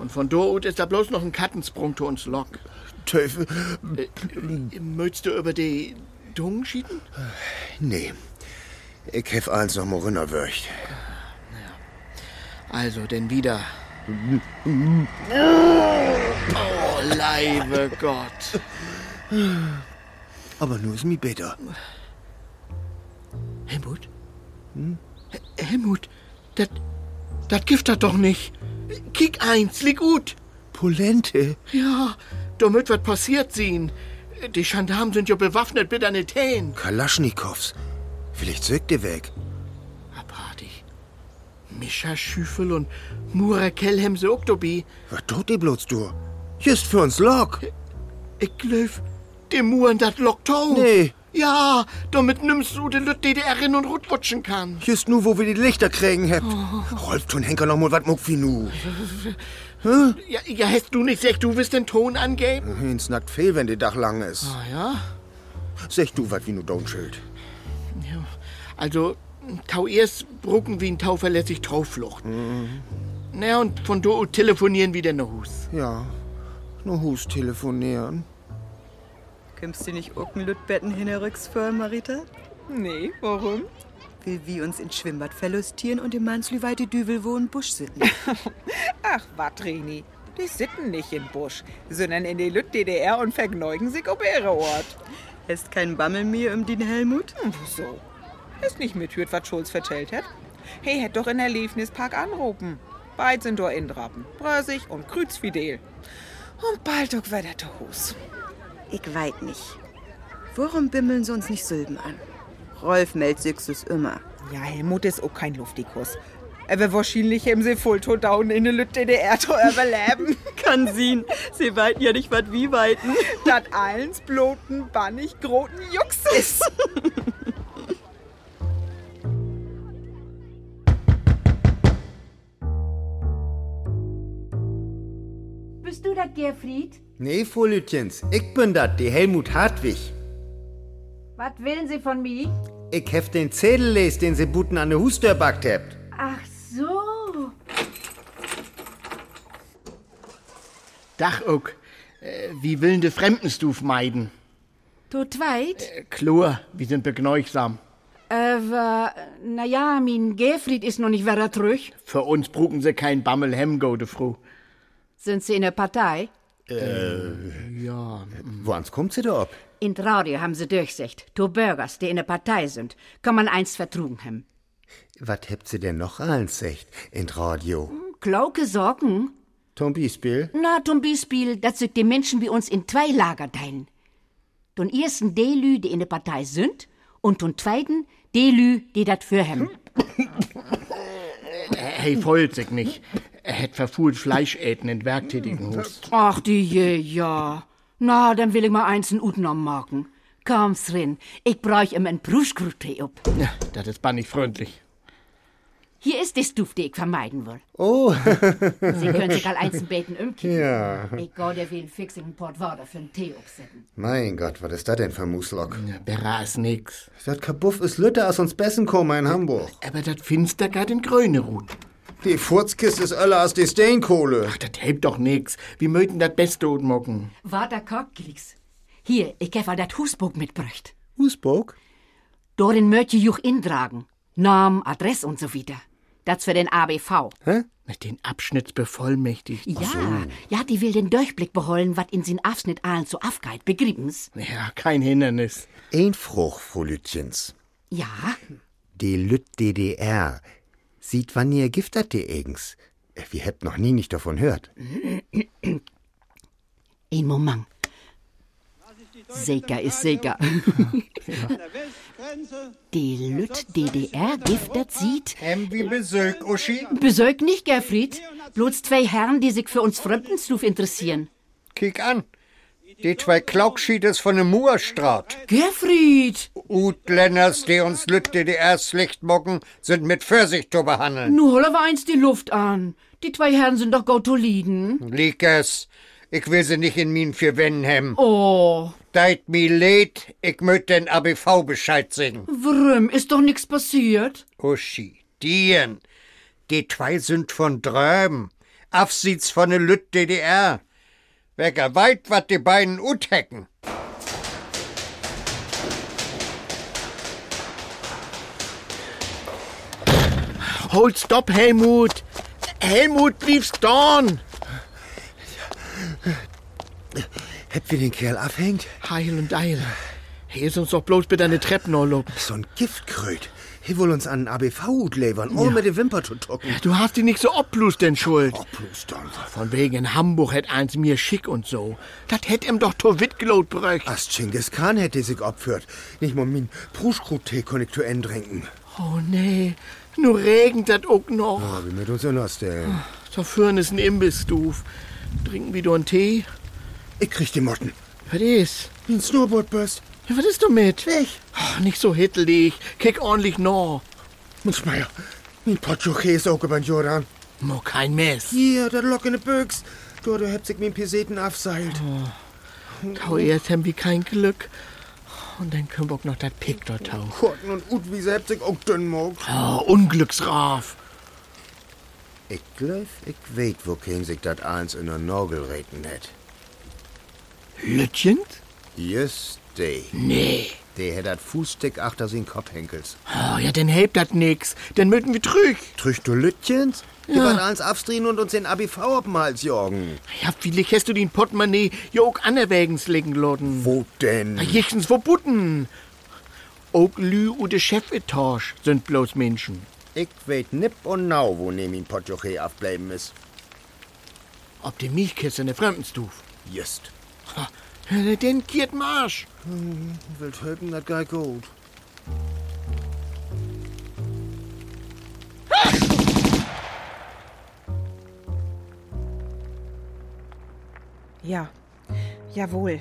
Speaker 2: Und von dort ist da bloß noch ein Kattensprung zu uns Lok.
Speaker 10: Teufel.
Speaker 2: Möchtest du über die Dung schieden?
Speaker 10: Nee. Ich hef eins noch mal runterwürcht.
Speaker 2: Also, denn wieder. Oh, leibe Gott.
Speaker 10: Aber nur ist mir besser.
Speaker 2: Helmut?
Speaker 10: Hm?
Speaker 2: H- Helmut, das das Gift hat doch nicht. Kick eins, lieg gut.
Speaker 10: Polente.
Speaker 2: Ja, damit wird passiert sein. Die Gendarmen sind ja bewaffnet mit einer Tänen.
Speaker 10: Kalaschnikows. Vielleicht zögt ihr weg.
Speaker 2: Party. Mischa Schüffel und Mura Kellhem se auch dabei.
Speaker 10: Was tut ihr bloß du? Hier ist für uns Lok.
Speaker 2: Ich glaub, die Muren dat lockt auch.
Speaker 10: Nee.
Speaker 2: Ja, damit nimmst du den Lüt DDRin und rutwutschen kann.
Speaker 10: Hier ist nur, wo wir die Lichter kriegen hebt. Rolf, tun Henker noch mal wat muck wie nu.
Speaker 2: Ja, ja, hast du nicht gesagt, du willst den Ton angeben?
Speaker 10: Hins nackt fehl, wenn die Dach lang ist.
Speaker 2: Ah ja.
Speaker 10: Sech du wat wie nu Downschild.
Speaker 2: ja. Also, Tau erst brucken wie ein Tau verlässlich Tauflucht. Na, und von do telefonieren wieder nach Hus.
Speaker 10: Ja, nur Hus telefonieren.
Speaker 4: Kümmst du nicht Uckenlütbetten hinterrücks für Marita?
Speaker 3: Nee, warum?
Speaker 4: will wir uns ins Schwimmbad verlustieren und im Manslüweite Düvel wohnen Busch sitten.
Speaker 3: Ach, Watrini, die sitten nicht im Busch, sondern in die Lütt DDR und vergneugen sich ob ihre Ort.
Speaker 4: Hast kein Bammel mehr um den Helmut?
Speaker 3: Hm, So. Ist nicht mithört, was Schulz vertellt hat. Hey, hätt doch in der Erlebnispark anrufen. Beid sind dort Indrappen, Brösig und Krützfidel. Und bald doch wieder zu Hus.
Speaker 4: Ich weit nicht. Worum bimmeln sie uns nicht Sülben an? Rolf meldt Sixus immer.
Speaker 3: Ja, Helmut ist auch kein Luftikus. Er wird wahrscheinlich im Seefulto down in der Lütt DDR zu überleben.
Speaker 4: Kann sehen. Sie weiten ja nicht wat wie weiten.
Speaker 3: dat allens bloten, bannig, groten Jux ist.
Speaker 11: Bist du das, Gerfried?
Speaker 1: Nee, Folütjens, ich bin dat, die Helmut Hartwig.
Speaker 11: Was willen Sie von mir?
Speaker 1: Ich heft den Zettel les, den sie Buten an der Hustür backt hebt.
Speaker 11: Ach so.
Speaker 2: Dach auch. Äh, wie willen de Fremdenstuf meiden?
Speaker 11: Du zweit?
Speaker 2: Äh, Chlor, wir sind begneuchsam.
Speaker 11: Äh, Aber, naja, mein Gerfried ist noch nicht wieder zurück.
Speaker 2: Für uns brucken sie kein Bammel Hemgo, de Frau.
Speaker 11: Sind Sie in der Partei?
Speaker 1: Wanns kommt sie da ab?
Speaker 11: In Radio haben sie durchsicht. Du Bürgers, die in der Partei sind, kann man eins vertrugen haben.
Speaker 1: Wat hebt sie denn noch allen secht in Radio?
Speaker 11: Klauke Sorgen?
Speaker 1: Tom Biesbiel?
Speaker 11: Na, zum Beispiel, dass sich die Menschen wie uns in zwei Lager teilen. Zum ersten die Lü, die in der Partei sind, und zum zweiten die Lü, die dat für haben.
Speaker 2: Hey, freut sich nicht. Er hätt verfuhlt Fleisch äten in
Speaker 10: Hm,
Speaker 2: werktätigen Hus.
Speaker 11: Ach, die je, ja. Na, dann will ich mal eins in Utenom machen. Komm's rin, ich bräuch ihm ein Brustgrutee ob.
Speaker 2: Ja, das ist bannig freundlich.
Speaker 11: Hier ist die Stufe, die ich vermeiden will. Oh. Sie können sich all einzeln beten umkicken. Ja. Ich geh dir will fix in ein Port Water für einen Tee aufsetzen.
Speaker 1: Mein Gott, was ist das denn für Muslock?
Speaker 2: Ja, Berra ist nix.
Speaker 1: Dat Kabuff ist Lütter aus uns Bessenkummer in Hamburg.
Speaker 2: Aber dat Finster gar den Gröne ruht.
Speaker 1: Die Furzkiste ist Öller aus die Steinkohle.
Speaker 2: Ach, dat hebt doch nix. Wir möten dat Beste und mocken.
Speaker 11: Water Korkklicks. Hier, ich hab all dat Husbuch mitbröcht.
Speaker 1: Husburg?
Speaker 11: Dorin möchte ich intragen. Namen, Adress und so weiter. Das für den ABV.
Speaker 2: Mit den Abschnittsbevollmächtigten.
Speaker 11: Ja, ja, die will den Durchblick beholen, wat in sin Abschnitt allen so aufgeht, begriebens.
Speaker 2: Ja, kein Hindernis.
Speaker 1: Ein Fruch, Folütjens.
Speaker 11: Ja,
Speaker 1: Die Lütt DDR. Sieht wann ihr giftet die Egens. Äh, Wir hebt noch nie nicht davon hört.
Speaker 11: ein Moment. Seker ist seker. Die Lütt DDR giftet sieht.
Speaker 6: Hem wie besög, Uschi.
Speaker 11: Besög nicht, Gerfried. Bloß zwei Herren, die sich für uns Fremdenstuf interessieren.
Speaker 6: Kick an. Die zwei Klaukschieders von der Moorstraat.
Speaker 11: Gerfried!
Speaker 6: Utlenners, die uns Lütte die erst Licht mocken, sind mit Vorsicht zu behandeln.
Speaker 11: Nu holen wir eins die Luft an. Die zwei Herren sind doch Gautoliden.
Speaker 6: Lieg es. Ich will sie nicht in min für Wenden hemmen.
Speaker 11: Oh,
Speaker 6: Deit mi lädt, ich möt den ABV Bescheid singen.
Speaker 11: warum? Ist doch nix passiert.
Speaker 6: Uschi, dien. Die zwei sind von dröben. Absieds von der Lütt DDR. Wecker weit, wat die beiden uthecken.
Speaker 2: Hold stop, Helmut! Helmut, blieb dorn!
Speaker 1: Hebt wir den Kerl abhängt?
Speaker 2: Heil und Eil. Hier ist uns doch bloß bitte eine Treppe noch lob.
Speaker 1: So ein Giftkröt. Hier wohl uns an ABV levern, ohne mit der Wimper zu tucken.
Speaker 2: Du hast die nicht so obblust denn schuld.
Speaker 1: Oh, bloß dann.
Speaker 2: Von wegen in Hamburg hätt eins mir schick und so. Dat hätt ihm doch to Wittgelot bröch.
Speaker 1: As Genghis Khan hätte sich opführt. Nicht mal min Pruschkrut-Tee konjektur trinken.
Speaker 2: Oh nee, nur regnet dat auch noch.
Speaker 1: Oh, wie mit uns hinterstellen.
Speaker 2: So führen ist ein Imbissduf. Trinken wir doch einen Tee.
Speaker 1: Ich krieg die Motten.
Speaker 2: Was is?
Speaker 1: Ein Snowboardburst.
Speaker 2: Ja, was ist damit?
Speaker 1: Weg.
Speaker 2: Oh, nicht so hittelig. Kick ordentlich noch.
Speaker 1: Munzmeier. Mein Potschuchee ist auch über den Jordan.
Speaker 2: Mo kein Mess.
Speaker 1: Hier, der lockene Büchs. Du, du hebt sich mit dem Peseten abseilt.
Speaker 2: Tau erst haben wir kein Glück. Und dann können wir auch noch dat Pick dort tau.
Speaker 1: Kurten und Utwiese hebt sich auch dünn mogt.
Speaker 2: Oh, Unglücksraf.
Speaker 1: Ich glaub, ich weet, wo kein sich dat eins in der Norgel reden net.
Speaker 2: Lütchen?
Speaker 1: Just die.
Speaker 2: Nee.
Speaker 10: Der hätt dat Fußsteck achter sin Kopfhenkels.
Speaker 2: Oh, ja, dann hebt dat nix. Dann möten wir trüg.
Speaker 10: Trüch du Lütchens? Die
Speaker 2: Ja.
Speaker 10: wollen alles abstrien und uns den ABV auf den Hals jagen.
Speaker 2: Ja, vielleicht hast du den Portemonnaie ja auch anerwägens legen lassen.
Speaker 10: Wo denn?
Speaker 2: Na, Jichtens verboten. Auch Lü und der Chefetage sind bloß Menschen.
Speaker 10: Ich weet nipp und nau, wo Nemin Potjoche aufbleiben ist.
Speaker 2: Ob die mich kennst in der Fremdenstuf.
Speaker 10: Just.
Speaker 2: Ha, Den kiert Marsch.
Speaker 10: Wild helfen, dat geil gut.
Speaker 3: Ja. Jawohl.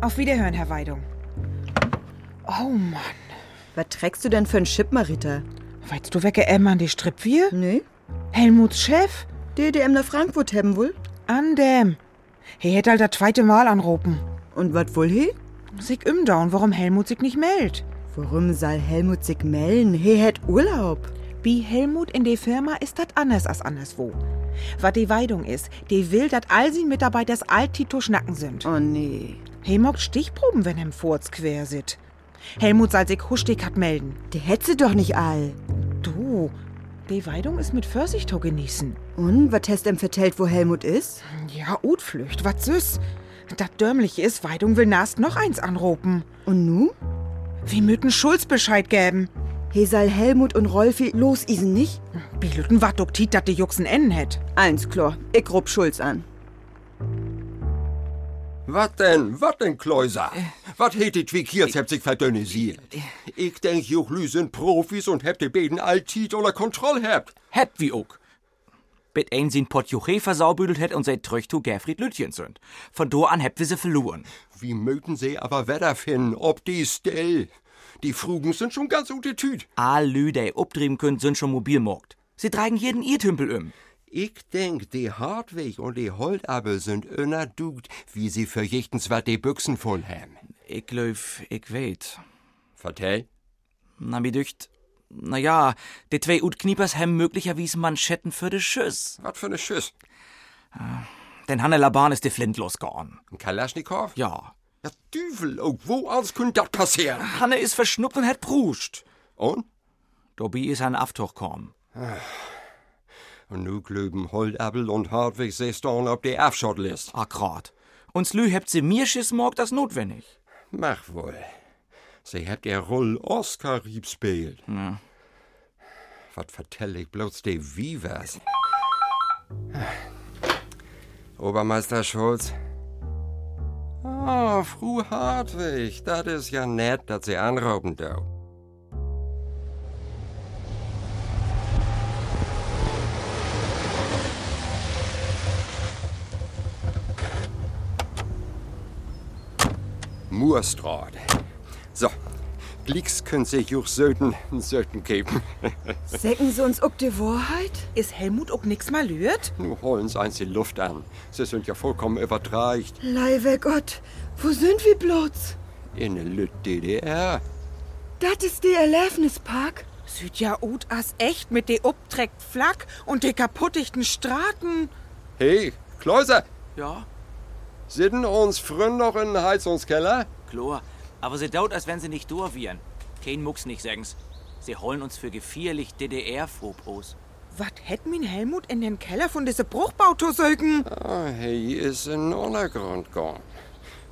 Speaker 3: Auf Wiederhören, Herr Weidung. Oh Mann.
Speaker 4: Was trägst du denn für ein Chip, Marita?
Speaker 3: Weißt du, wecke Emma an die Strippwier?
Speaker 4: Nee,
Speaker 3: Helmuts Chef?
Speaker 4: DDM nach Frankfurt haben wohl.
Speaker 3: An dem. He hätte halt das zweite Mal anrufen.
Speaker 4: Und wat wohl he?
Speaker 3: Sig im Down, warum Helmut sich nicht meldet.
Speaker 4: Warum soll Helmut sich melden? He hätt Urlaub.
Speaker 3: Wie Helmut in der Firma ist das anders als anderswo. Was die Weidung ist, die will, dass all sie Mitarbeiter das Alt-Tito schnacken sind.
Speaker 4: Oh nee,
Speaker 3: He mockt Stichproben, wenn hem Furz quer sit. Helmut soll sich hustig hat melden.
Speaker 4: die hätt sie doch nicht all.
Speaker 3: Du, die Weidung ist mit Pfirsichtau genießen.
Speaker 4: Und wat hast ihm vertellt, wo Helmut ist?
Speaker 3: Ja, Utflücht, wat süß. Das dörmlich ist, Weidung will nast noch eins anropen.
Speaker 4: Und nu?
Speaker 3: Wie müten Schulz Bescheid gäben?
Speaker 4: He soll Helmut und Rolfi losisen nicht?
Speaker 3: Bilüten wat duktit, dat die Juxen ennen hätt.
Speaker 4: Eins klar, ich rub Schulz an.
Speaker 5: Wat denn? Wat denn, Kleuser? Wat hätt ich wikiert, hebt sich verdönnisiert? Ich denk, Juchlü sind Profis und hebt die beiden Altit oder Kontroll hebt.
Speaker 12: Hebt wie ook. Bit ein sin Pott Juche versaubüdelt het und seit Tröch to Gerfried Lütchen sind. Von do an hebt wir se verloren.
Speaker 5: Wie mögen sie aber Wetter finden, ob die still? Die Frugen sind schon ganz gute Tüt.
Speaker 12: A Lüdei obtrieben können sind schon mobilmorgt. Sie tragen jeden ihr Tümpel um.
Speaker 5: Ich denk, die Hartwig und die Holdabel sind unerdugt, wie sie für jichtens wat die Büchsen voll haben.
Speaker 12: Ich löf, ich weet.
Speaker 5: Vertell?
Speaker 12: Na, mir dücht. Na ja, die zwei Ut Kniepers hem möglicherweise Manschetten für de Schüss.
Speaker 5: Wat für ne Schuss?
Speaker 12: Denn Hanne Laban ist de Flint losgegangen.
Speaker 5: Ein Kalaschnikow?
Speaker 12: Ja.
Speaker 5: Ja, Düvel, oh, wo als könnte das passieren?
Speaker 12: Hanne ist verschnuppt und het pruscht.
Speaker 5: Und?
Speaker 12: Dobi is an Aftoch kommen.
Speaker 5: Und nu glöben Holdabel und Hartwig sich dann auf die Abschottlist.
Speaker 12: Akkurat. Uns Lü hebt sie mir schiss morgt das notwendig.
Speaker 5: Mach wohl. Sie hat ihr Roll Oscar gespielt. Ja. Was vertell ich bloß die Vivas? Obermeister Schulz. Ah, Fru Hartwig, das ist ja nett, dass Sie anrauben dürfen. Moorstraat. So, Glicks können sich auch Söten, Söten geben.
Speaker 4: Säcken sie uns ob die Wahrheit?
Speaker 3: Is Helmut auch nix mal lürt?
Speaker 5: Nun holen sie eins die Luft an. Sie sind ja vollkommen übertreicht.
Speaker 4: Leiwe Gott, wo sind wir bloß?
Speaker 5: In der Lüt DDR.
Speaker 4: Das ist der Erlebnispark?
Speaker 3: Süd ja ut as echt mit de uptreckt Flak und de kaputtigten Straten.
Speaker 5: Hey, Kleuser,
Speaker 12: Ja,
Speaker 5: sind uns Freunde noch in den Heizungskeller?
Speaker 12: Chlor. Aber sie dauert, als wenn sie nicht durchwieren. Kein Mucks nicht, sagen's. Sie holen uns für gefährlich DDR-Fob aus.
Speaker 3: Wat hätt min Helmut in den Keller von diese Bruchbauto sögen?
Speaker 5: Ah, hey, ist in den Untergrund gegangen.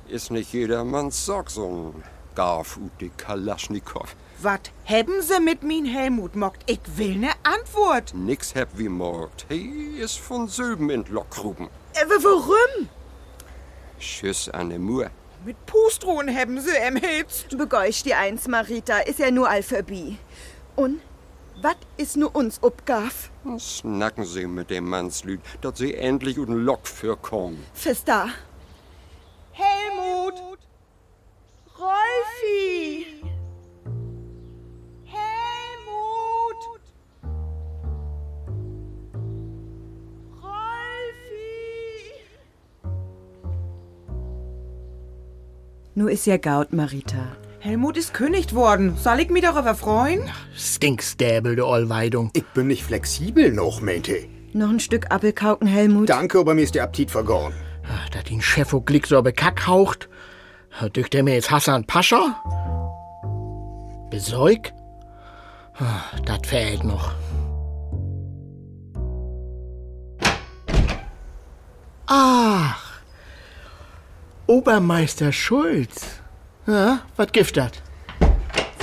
Speaker 5: Ist nicht jedermanns Sock, so ein Garfute Kalaschnikow.
Speaker 3: Wat hebben se mit min Helmut mockt? Ich will ne Antwort.
Speaker 5: Nix hab wie mord. Hey, ist von Söben in Lockgruben.
Speaker 4: Aber warum?
Speaker 5: Tschüss an der Mur.
Speaker 3: Mit Pustrohen hebben se em Hilz.
Speaker 4: Begeuch dir eins, Marita, ist ja nur Alphabie. Und wat ist nur uns obgaf?
Speaker 5: Snacken Sie mit dem Mannslüd, dass Sie endlich und Lock für kommen.
Speaker 4: Festa.
Speaker 3: Helmut! Rolfi! Helmut! Rolfi!
Speaker 4: Nu ist ja gaut, Marita.
Speaker 3: Helmut ist König worden. Soll ich mich darüber freuen?
Speaker 2: Stinkstäbel, der Allweidung.
Speaker 10: Ich bin nicht flexibel noch, meinte.
Speaker 4: Noch ein Stück Appelkauken, Helmut.
Speaker 10: Danke, aber mir ist der Appetit vergoren.
Speaker 2: Da den Chef auch Glick so bekackhaucht. Dürft er mir jetzt Hassan Pascha? Besäug? Ah, Das fehlt noch. Ach, Obermeister Schulz. Ja, was gibt das?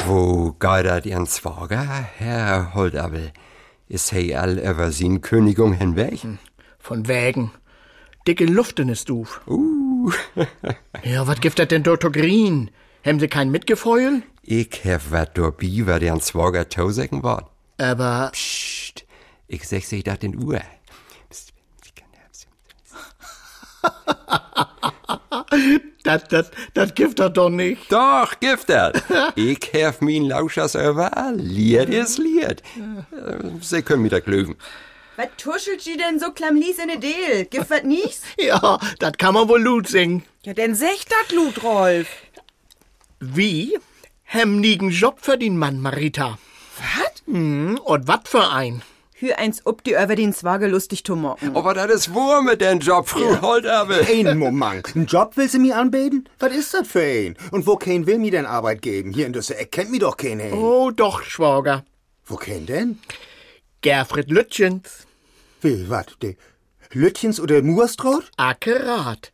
Speaker 5: Wo geidert Ihren Zwager, Herr Holdabel? Ist he all über sin Königung hinweg?
Speaker 2: Von wegen. Dicke Luft in es Duf.
Speaker 5: Uh.
Speaker 2: ja, was gibt das denn dort Green? Hm, Haben Sie kein Mitgefeuel?
Speaker 5: Ich hef wat dorbi, wat Ihren Zwager tausäcken wart.
Speaker 2: Aber.
Speaker 5: Psst, ich sech sich dat den Uhr.
Speaker 2: Das, das, das gibt das doch nicht.
Speaker 5: Doch, giftet. ich hef min Lauschers überall. Lied is Lied. Äh, Sie können mir da glöwen.
Speaker 4: Was tuschelt sie denn so klammlies in de Deel? Gibt was nichts?
Speaker 2: Ja, das kann man wohl Lut singen.
Speaker 3: Ja, denn sech dat Lut, Rolf.
Speaker 2: Wie? Hem nigen Job für den Mann, Marita.
Speaker 4: Was?
Speaker 2: Mhm, und wat für ein?
Speaker 4: Hür eins ob die über den Zwage lustig zu mocken.
Speaker 5: Aber das ist Wurm mit den Job, Frau Holdabel.
Speaker 10: Ein Moment. Einen Job willst du mir anbeten? Was ist das für ein? Und wo kein will mir denn Arbeit geben? Hier in Düsse Eck kennt mir doch kein hin.
Speaker 2: Oh, doch, Schwager.
Speaker 10: Wo kein denn?
Speaker 2: Gerfried Lütjens.
Speaker 10: Wie, wat? De Lütjens oder Murstrot?
Speaker 2: Akkurat.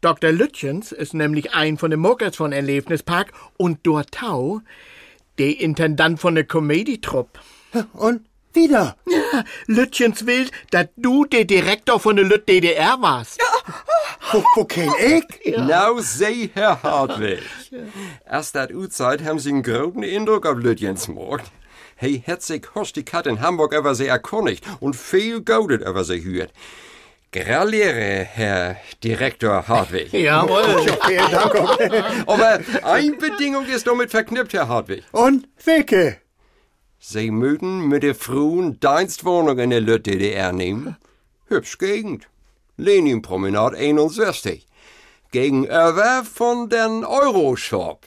Speaker 2: Dr. Lütjens ist nämlich ein von den Muckers von Erlebnispark und Dortau, der Intendant von der Comedy-Trupp.
Speaker 10: Und wieder.
Speaker 2: Ja, Lütjens will, dass du der Direktor von der Lütt DDR warst.
Speaker 10: Wo, wo kein ich?
Speaker 5: Now say, Herr Hartwig. Erst dat U-Zeit haben Sie einen großen Eindruck auf Lütjens gemacht. Hey, Herzig Horst die Kat in Hamburg über sie erkundigt und viel Goldet über sie hört. Graliere, Herr Direktor Hartwig.
Speaker 2: Jawohl.
Speaker 10: Vielen Dank.
Speaker 5: Aber eine Bedingung ist damit verknüpft, Herr Hartwig.
Speaker 10: Und welche?
Speaker 5: Sie mögen mit der frühen Dienstwohnung in der Lütt DDR nehmen. Hübsch Gegend. Leninpromenade 61. Gegenüber von den Euroshop.